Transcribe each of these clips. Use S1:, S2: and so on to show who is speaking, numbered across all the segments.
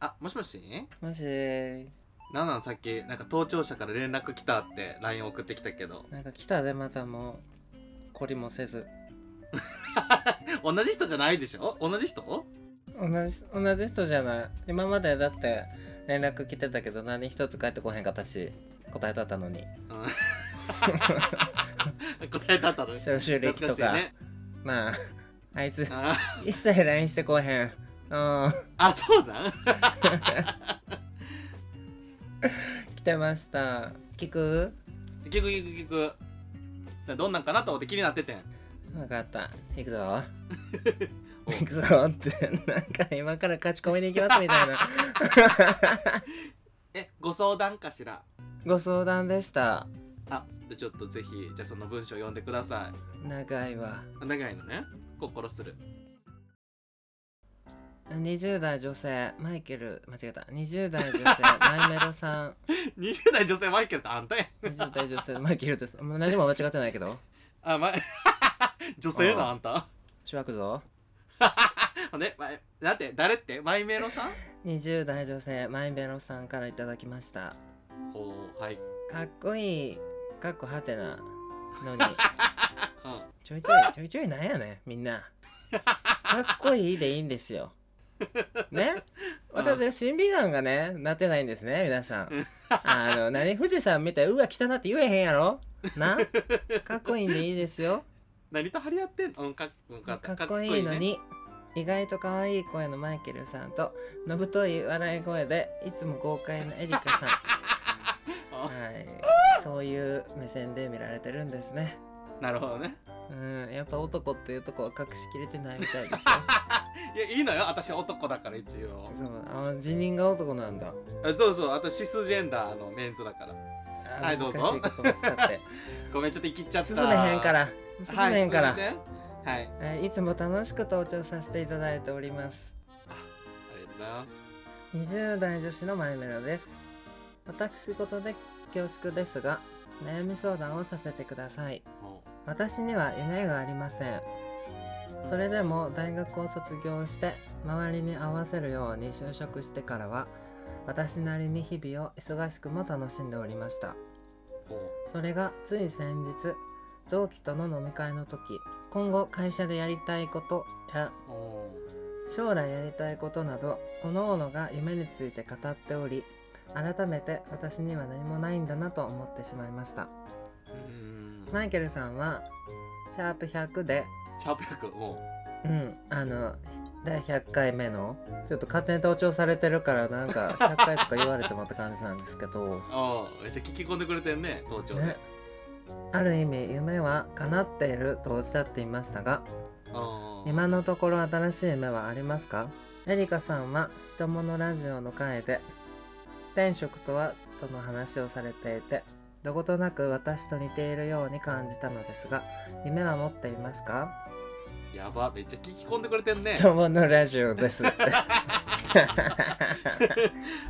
S1: あもしもし
S2: マジで
S1: なんなんさっきなんか盗聴者から連絡来たって LINE 送ってきたけど
S2: なんか来たでまたもう懲りもせず
S1: 同じ人じゃないでしょ同じ人
S2: 同じ同じ人じゃない今までだって連絡来てたけど何一つ返ってこへんかったし答えとったのに
S1: 答えたったの
S2: 招集歴とか
S1: 懐しいね
S2: まあ あいつ
S1: あ
S2: 一切 LINE してこへんうん
S1: あそうなん
S2: 来てました聞く
S1: 聞く聞く聞くどんなんかなと思って気になっててん
S2: 分かった行 くぞ
S1: お
S2: 行くぞってなんか今から勝ち込みに行きますみたいな
S1: えご相談かしら
S2: ご相談でした
S1: あでちょっとぜひじゃあその文章読んでくださ
S2: 長いわ
S1: い長いのね心する
S2: 20代女性マイケル間違えた20代女性マイメロさん
S1: 20代女性マイケルとあんたやん
S2: 20代女性マイケルですもう何も間違ってないけど
S1: あ、ま、 女性のあんた
S2: しばくぞ
S1: ね、ま、だって誰ってマイメロさん
S2: 20代女性マイメロさんからいただきました
S1: おーはい、
S2: かっこいいかっこはてなの
S1: う
S2: に
S1: ん、
S2: ちょいちょいちょいちょいなんやねんみんなかっこいいでいいんですよね私審美眼がねなってないんですね皆さんあの何富士山見てうわ汚って言えへんやろなかっこいいんでいいですよ
S1: 何と張り合ってんのうんかうんか
S2: かっこいいの
S1: ね
S2: に意外と可愛い声のマイケルさんとのぶとい笑い声でいつも豪快なエリカ さん
S1: あ
S2: はいそういう目線で見られてるんですね
S1: なるほどね
S2: うんやっぱ男っていうとこは隠しきれてない みたいでし
S1: いやいいのよ私男だから一応
S2: ょそうあ辞任が男なんだ
S1: あそうそう私シスジェンダーのメンズだから
S2: あ
S1: はいどうぞ
S2: 難し い言葉使って
S1: ごめんちょっと生きっちゃった
S2: 進めへんから進めへんから、
S1: はいすいませんはい
S2: えいつも楽しく登場させていただいております
S1: ありがとうございます
S2: 20代女子のマイメロです私事で恐縮ですが悩み相談をさせてください
S1: も
S2: 私には夢がありませんそれでも大学を卒業して周りに合わせるように就職してからは私なりに日々を忙しくも楽しんでおりました
S1: うも
S2: それがつい先日同期との飲み会の時今後会社でやりたいことや
S1: うもう
S2: 将来やりたいことなど各々が夢について語っており改めて私には何もないんだなと思ってしまいました
S1: うーん
S2: マイケルさんはシャープ100で
S1: シャープ100もう
S2: うんあの第100回目のちょっと勝手に盗聴されてるからなんか100回とか言われてもって感じなんですけど
S1: ああめっちゃ聞き込んでくれてんね盗聴で、
S2: ねある意味夢は叶っているとおっしゃっていましたが
S1: ああ
S2: 今のところ新しい夢はありますかエリカさんは「人物ラジオ」の回で「天職とは?」との話をされていてどことなく私と似ているように感じたのですが夢は持っていますか
S1: やばめっちゃ聞き込んでくれてんね
S2: 人物ラジオですって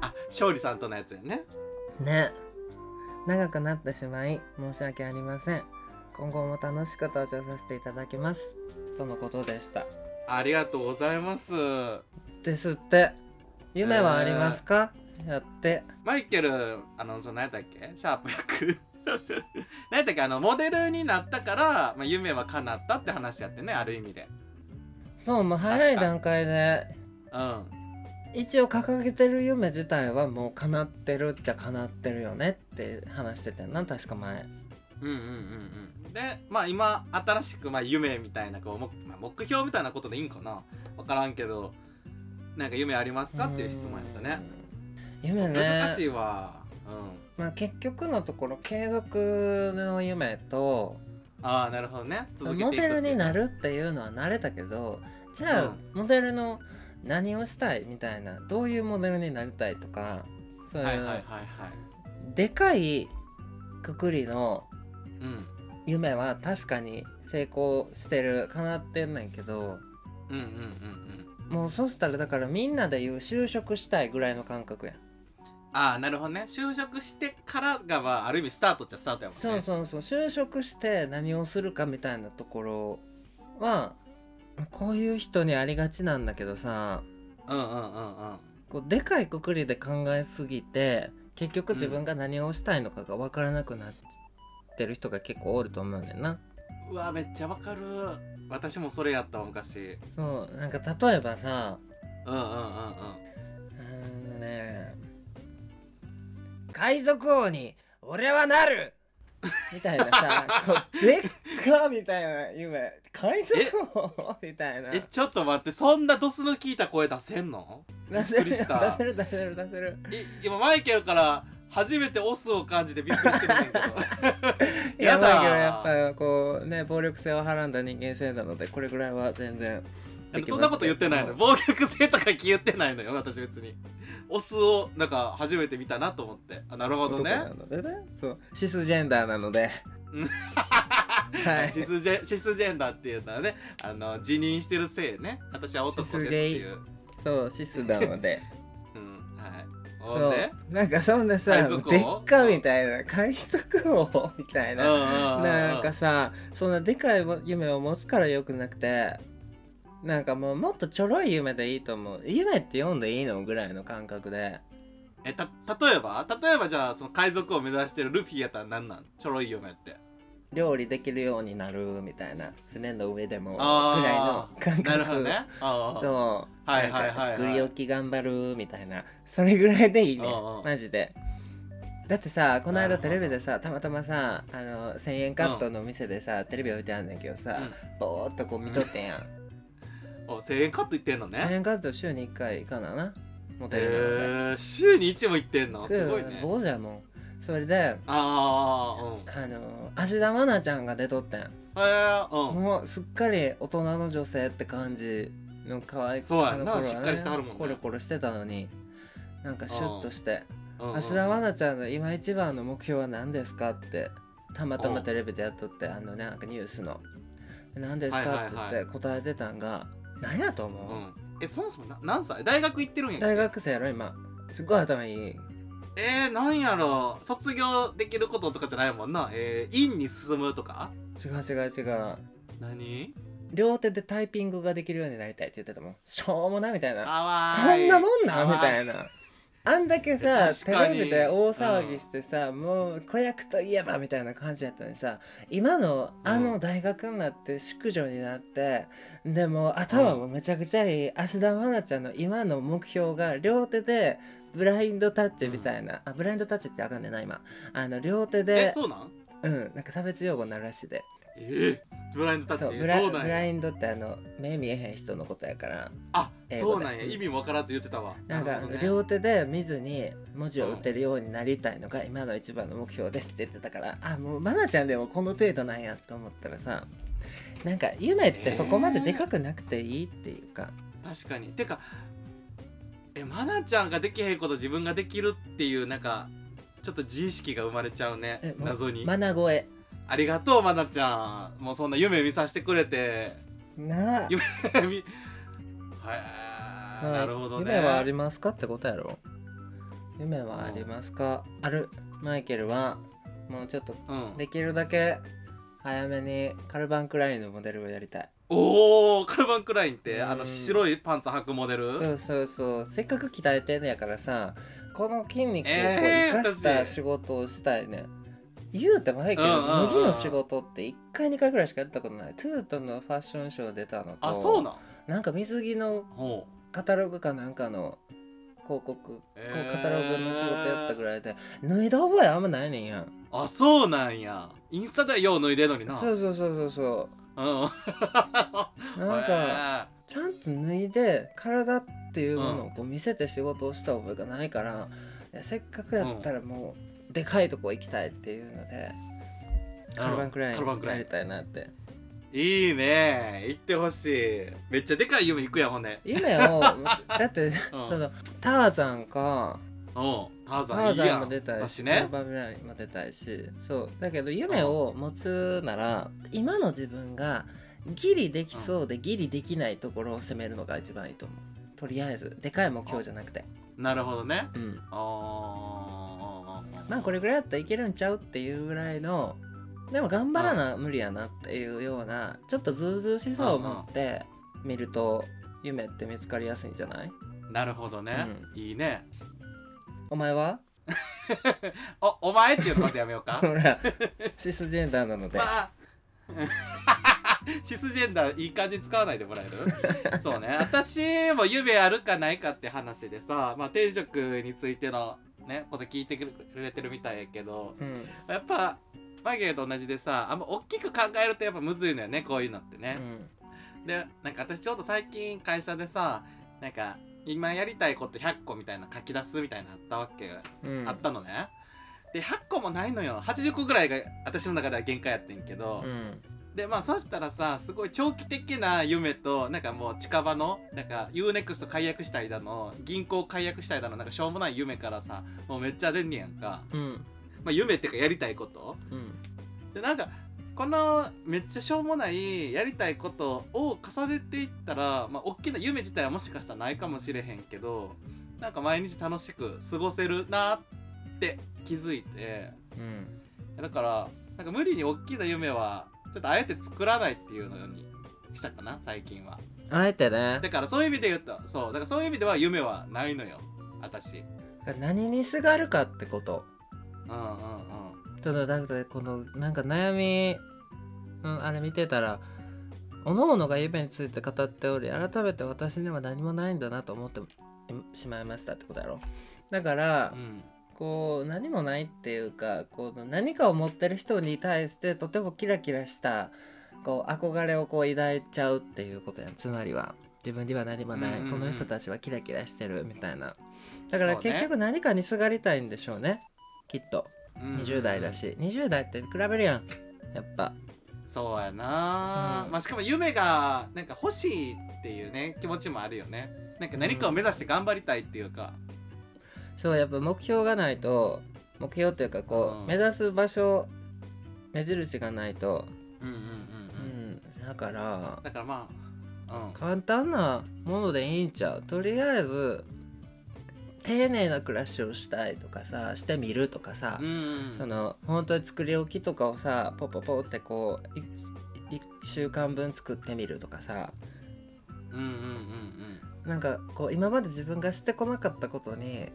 S1: あ勝利さんとのやつやね
S2: ね長くなってしまい申し訳ありません今後も楽しく登場させていただきますとのことでした
S1: ありがとうございます
S2: ですって夢はありますか、やって
S1: マイケルあのその何やったっけシャープ100 何やったっけあのモデルになったから、まあ、夢は叶ったって話やってねある意味で
S2: そうもう早い段階で
S1: うん
S2: 一応掲げてる夢自体はもう叶ってるっちゃ叶ってるよねって話しててんな確か前
S1: うんうんうんうんでまあ今新しくまあ夢みたいなこうも、まあ、目標みたいなことでいいんかな分からんけどなんか夢ありますかっていう質問やったね
S2: うん夢ね
S1: 難しいわうん
S2: まあ、結局のところ継続の夢と
S1: ああなるほどね続け
S2: モ
S1: ていく
S2: デルにな
S1: る
S2: るっていうのは慣れたけどじゃあ、
S1: うん
S2: モデルの何をしたいみたいなどういうモデルになりたいとかそういう、
S1: はいはいはいはい
S2: でかいくくりの
S1: うん
S2: 夢は確かに成功してる叶ってんねんけど
S1: うんうんうんうん
S2: もうそしたらだからみんなで言う就職したいぐらいの感覚やん、
S1: ああなるほどね就職してからが、まあ、ある意味スタートっちゃスタートやもんね
S2: そうそうそう就職して何をするかみたいなところはこういう人にありがちなんだけどさ
S1: うんうんうんうん
S2: こうでかいくくりで考えすぎて結局自分が何をしたいのかが分からなくなってる人が結構おると思うねんな。
S1: うわめっちゃわかる私もそれやったわ昔
S2: そうなんか例えばさ
S1: うんうんうんうん
S2: うーんね海賊王に俺はなるみたいな さこうでっかみたいな夢海賊王みたいな
S1: えちょっと待ってそんなドスの効いた声出せんのび
S2: 出
S1: っ
S2: せ
S1: く
S2: る
S1: り
S2: 出
S1: し
S2: せ
S1: た
S2: る出せる出せる
S1: い今マイケルから初めてオスを感じてびっくりしてるん だけど
S2: いや
S1: やだ
S2: だけどやっぱこうね暴力性をはらんだ人間性なのでこれぐらいは全然
S1: あのそんなこと言ってないの暴
S2: 僕
S1: 力性とか言ってないのよ私別にオスをなんか初めて見たなと思ってあなるほどね
S2: なのでねそうシスジェンダーなので
S1: うん
S2: はい
S1: シスジェシスジェンダーっていうのはねあの辞任してる性ね私は男ですっていう、
S2: そうシスなので
S1: うんはい、
S2: そ
S1: ほん
S2: う
S1: で
S2: なんかそんなさ
S1: 海賊王
S2: でっかみたいな海賊王みたいなな
S1: なん
S2: かさそんなでかい夢を持つからよくなくてなんかもうもっとちょろい夢でいいと思う夢って読んでいいのぐらいの感覚で
S1: えた例えば例えばじゃあその海賊を目指してるルフィやったら何なんちょろい嫁って
S2: 料理できるようになるみたいな船の上でもぐ
S1: あー
S2: らいの感覚
S1: なるほどねああ
S2: そう、
S1: はいはいはいはい
S2: なんか作り置き頑張るみたいなそれぐらいでいいね
S1: うんうん
S2: マジでだってさこの
S1: なる
S2: 間
S1: ほ
S2: テ
S1: ど
S2: レビでさたまたまさあの1000円カットのお店でさ、テレビ置いてあんねんけどさ、ぼーっとこう見とってんやん、
S1: お1000円カットいってんの
S2: 1000
S1: ね
S2: 円カット週に1回かななモ
S1: へ
S2: デ
S1: え
S2: ルなので、
S1: ー、週に1もいってんの
S2: です
S1: ごいね
S2: 坊主やもんそれで
S1: ああうん
S2: あの芦田愛菜ちゃんが出とってん
S1: へえうん
S2: もうすっかり大人の女性って感じの可愛い
S1: そうやんな
S2: あの頃は
S1: しっかりしてはるもんね
S2: コロコロしてたのになんかシュッとして
S1: うん
S2: 「芦田愛菜ちゃんの今一番の目標は何ですか?」ってたまたまテレビでやっとってあのねなんかニュースの「何です
S1: はい
S2: か?」
S1: は
S2: っ
S1: い
S2: て
S1: はい
S2: 言って答えてたんが何やと
S1: う
S2: 思
S1: んえそもそもな何歳大学行ってるんや
S2: う
S1: っけ
S2: 大学生やろ今すっごい頭いい
S1: えー、なんやろう卒業できることとかじゃないもんなえー、院に進むとか
S2: 違う違う違う
S1: 何
S2: 両手でタイピングができるようになりたいって言ってたもんしょうもなみたいな
S1: かわ
S2: そん
S1: いい
S2: なもんな
S1: かわ
S2: みたいな。あんだけさ
S1: 確
S2: テ
S1: かに
S2: レビで大騒ぎしてさ、もう子役といえばみたいな感じやったのにさ今のあ
S1: う
S2: の
S1: ん
S2: 大学になって淑女になって、でも頭もめちゃくちゃいい芦田愛菜ちゃんの今の目標が両手でブラインドタッチみたいな、あブラインドタッチってあかんねんな今あの両手
S1: え
S2: で
S1: そうなん
S2: うんなんか差別用語になるらしいで
S1: えー、ブラインドタッ
S2: そう
S1: チ
S2: ブラ
S1: そう
S2: ブ
S1: なんや
S2: ラインドってあの目見えへん人のことやから
S1: あ
S2: 英語
S1: そ
S2: で
S1: うなんや意味も分からず言ってたわ
S2: なんか
S1: るほどね
S2: 両手で見ずに文字を打てるようになりたいのが今の一番の目標ですって言ってたからあもう愛菜ちゃんでもこの程度なんやと思ったらさなんか夢ってそこまででかくなくていいっていうか、
S1: 確かにてかえマナちゃんができへんこと自分ができるっていうなんかちょっと自意識が生まれちゃうね
S2: えもう
S1: 謎に、
S2: マナ声
S1: ありがとうマナちゃんもうそんな夢見させてくれて
S2: なあ
S1: 夢み はい、
S2: まあ
S1: なるほどね
S2: 夢はありますかってことやろ夢はありますか、あるマイケルはもうちょっと
S1: うん、
S2: できるだけ早めにカルバンクラインのモデルをやりたい
S1: おおカルバンクラインって
S2: うん
S1: あの白いパンツ履くモデル
S2: そうそうそうせっかく鍛えてんのやからさこの筋肉をこう
S1: えー
S2: 生かした
S1: 私
S2: 仕事をしたいね、言うても早いけ
S1: うん
S2: ど
S1: うんうん
S2: 麦の仕事って1回2回ぐらいしかやったことないトゥートンのファッションショー出たのと
S1: あそうなん
S2: なんか水着の
S1: ほう
S2: カタログかなんかの広告こう
S1: えー
S2: カタログの仕事やったぐらいで、脱いだ覚えあんまないねんや
S1: あそうなんやインスタではよう脱いでるのにな
S2: そうそうそうそうそ
S1: うん
S2: うなんかちゃんと脱いで体っていうものをこう見せて仕事をした覚えがないから、いやせっかくやったらもうでかいとこ行きたいっていうので、カルバンクライ
S1: カルバン
S2: ン
S1: クラ
S2: や
S1: イン
S2: りたいなって
S1: いいね行ってほしいめっちゃでかい夢行くやんほんで
S2: 夢 をだって、そのターザンか
S1: うんター
S2: タ
S1: ザン
S2: ー
S1: いいや
S2: ザンも
S1: ん
S2: 出たいし、
S1: 私
S2: カ
S1: ね
S2: ルバンクラインも出たいしそうだけど夢を持つなら今の自分がギリできそうでギリできないところを攻めるのが一番いいと思うとりあえずでかい目標じゃなくて
S1: なるほどね
S2: うん
S1: あー
S2: まあこれぐらいだったらいけるんちゃうっていうぐらいのでも頑張らな無理やなっていうようなちょっとズうずうしさを持って見ると夢って見つかりやすいんじゃない
S1: なるほどね、いいね
S2: お前は
S1: おお前っていうのまずやめようか
S2: ほらシスジェンダーなので、
S1: まあ シスジェンダーいい感じに使わないでもらえるそうね私も夢あるかないかって話でさ、まあ、転職についての、ね、こと聞いてくれてるみたいやけど
S2: うん
S1: やっぱマゲと同じでさあんま大きく考えるとやっぱむずいのよねこういうのってね、でなんか私ちょうど最近会社でさなんか今やりたいこと100個みたいな書き出すみたいなのあったわけよ
S2: うんうん
S1: あったのね。で100個もないのよ80個ぐらいが私の中では限界やってんけど、
S2: うん
S1: でまあそしたらさすごい長期的な夢となんかもう近場のなんか UNEXT 解約したいだの銀行解約したいだのなんかしょうもない夢からさもうめっちゃ出んねやんか、
S2: うん
S1: まあ、夢っていうかやりたいこと
S2: うん
S1: でなんかこのめっちゃしょうもないやりたいことを重ねていったら、まあ、大きな夢自体はもしかしたらないかもしれへんけどなんか毎日楽しく過ごせるなって気づいて
S2: うん
S1: だからなんか無理に大きな夢はちょっとあえて作らないっていうのにしたかな最近は
S2: あえてね
S1: だからそういう意味で言うとそうだからそういう意味では夢はないのよ私
S2: 何にすがるかってこと
S1: うんうんうん
S2: ただだってこのなんか悩みのあれ見てたらおのおのが夢について語っており改めて私には何もないんだなと思ってしまいましたってことやろだから
S1: うん
S2: こう何もないっていうかこう何かを持ってる人に対してとてもキラキラしたこう憧れをこう抱いちゃうっていうことやんつまりは自分には何もない、
S1: うんうんうん
S2: この人たちはキラキラしてるみたいなだから
S1: そうね
S2: 結局何かにすがりたいんでしょうねきっと。
S1: うん
S2: 20代だし20代って比べるやんやっぱ
S1: そうやな、
S2: う
S1: ま
S2: ん
S1: あしかも夢がなんか欲しいっていうね気持ちもあるよねなんか何かを目指して頑張りたいっていうか、
S2: そうやっぱ目標がないと目標っていうかこう、
S1: うん
S2: 目指す場所目印がないと、
S1: うん、うんうん
S2: う
S1: うん、
S2: ん、だから
S1: だからまあうん
S2: 簡単なものでいいんちゃうとりあえず丁寧な暮らしをしたいとかさしてみるとかさ、
S1: うんうん
S2: その本当に作り置きとかをさポポポってこう 1, 週間分作ってみるとかさ
S1: うんうんうん
S2: なんかこう今まで自分がしてこなかったことに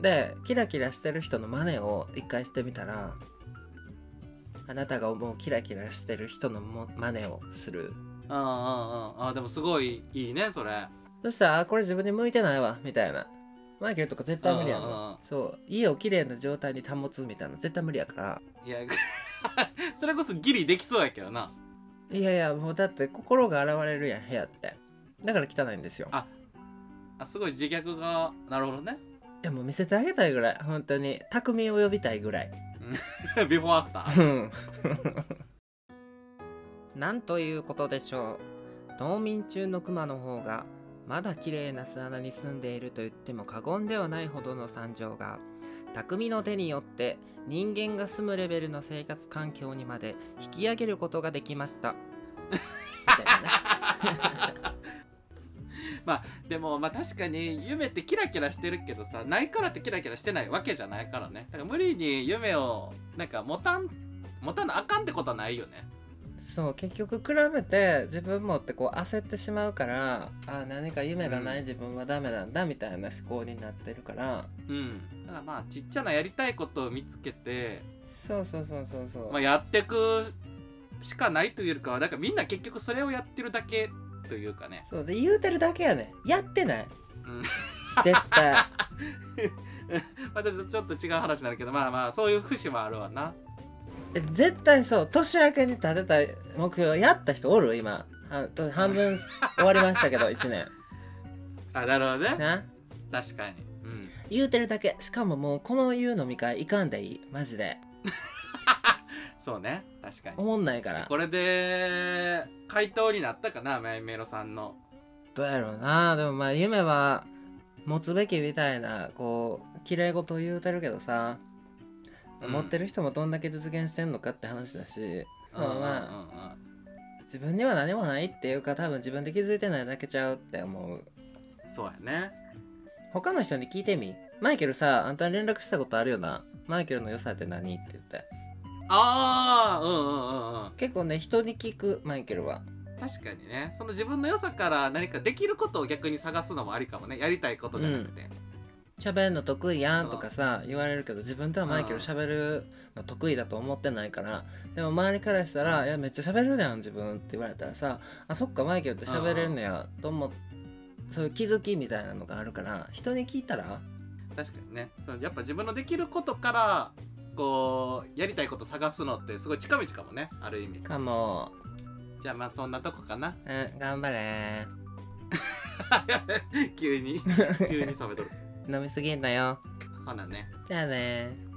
S2: でキラキラしてる人の真似を一回してみたらあなたが思うキラキラしてる人のも真似をする
S1: うんああああああでもすごいいいねそれ
S2: そしたらあこれ自分に向いてないわみたいなマイケルとか絶対無理や
S1: うんうんうん
S2: のそう家をきれいな状態に保つみたいな絶対無理やから
S1: いや それこそギリできそうやけどない
S2: やいやもうだって心が洗われるやん部屋ってだから汚いんですよ
S1: ああすごい自虐がなるほどね
S2: いやもう見せてあげたいぐらい本当に匠を呼びたいぐらい
S1: ビフォーアフター
S2: うん。なんということでしょう。冬眠中のクマの方がまだ綺麗な巣穴に住んでいると言っても過言ではないほどの惨状が匠の手によって人間が住むレベルの生活環境にまで引き上げることができま した。みたいなね
S1: でもまあ確かに夢ってキラキラしてるけどさないからってキラキラしてないわけじゃないからねだから無理に夢をなんか持たん持たなあかんってことはないよね
S2: そう結局比べて自分もってこう焦ってしまうからあ何か夢がない自分はダメなんだみたいな思考になってるから、
S1: うんだからまあちっちゃなやりたいことを見つけて、
S2: そうそうそうそうそう、
S1: まあ、やってくしかないというよりかはなんかみんな結局それをやってるだけというかね
S2: そうで言うてるだけやねんやってない、
S1: うん
S2: 絶 対
S1: まあちょっとちょっと違う話になるけどまあまあそういう節もあるわな
S2: え絶対そう年明けに立てた目標やった人おる今半半分終わりましたけど1年
S1: あなるほどね
S2: な
S1: 確かにうん
S2: 言うてるだけしかももうこの言う飲み会行かんでいいマジで
S1: そうね確かに
S2: 思んないから
S1: これで回答になったかなメイメロさんの
S2: どうやろうなでもまあ夢は持つべきみたいなこう綺麗事を言うてるけどさ、
S1: うん
S2: 持ってる人もどんだけ実現してんのかって話だし
S1: うんうんうんうん
S2: まあ自分には何もないっていうか多分自分で気づいてないだけちゃうって思う
S1: そうやね
S2: 他の人に聞いてみマイケルさあんたに連絡したことあるよなマイケルの良さって何って言って
S1: ああうんうんうんうん
S2: 結構ね人に聞くマイケルは
S1: 確かにねその自分の良さから何かできることを逆に探すのもありかもねやりたいことじゃなくて、
S2: 喋るの得意やんとかさ言われるけど自分とはないけど
S1: うん
S2: 喋るの得意だと思ってないからでも周りからしたら「いやめっちゃ喋るやん自分」って言われたらさ「あそっかマイケルって喋れるのや」と思ってそういう気づきみたいなのがあるから人に聞いたら
S1: 確かにねそのやっぱ自分のできることからこうやりたいこと探すのってすごい近道かもねある意味
S2: かも
S1: じゃあまあそんなとこかな
S2: うん頑張れ
S1: 急に急に冷めとる
S2: 飲みすぎんだよ
S1: ほなね
S2: じゃあね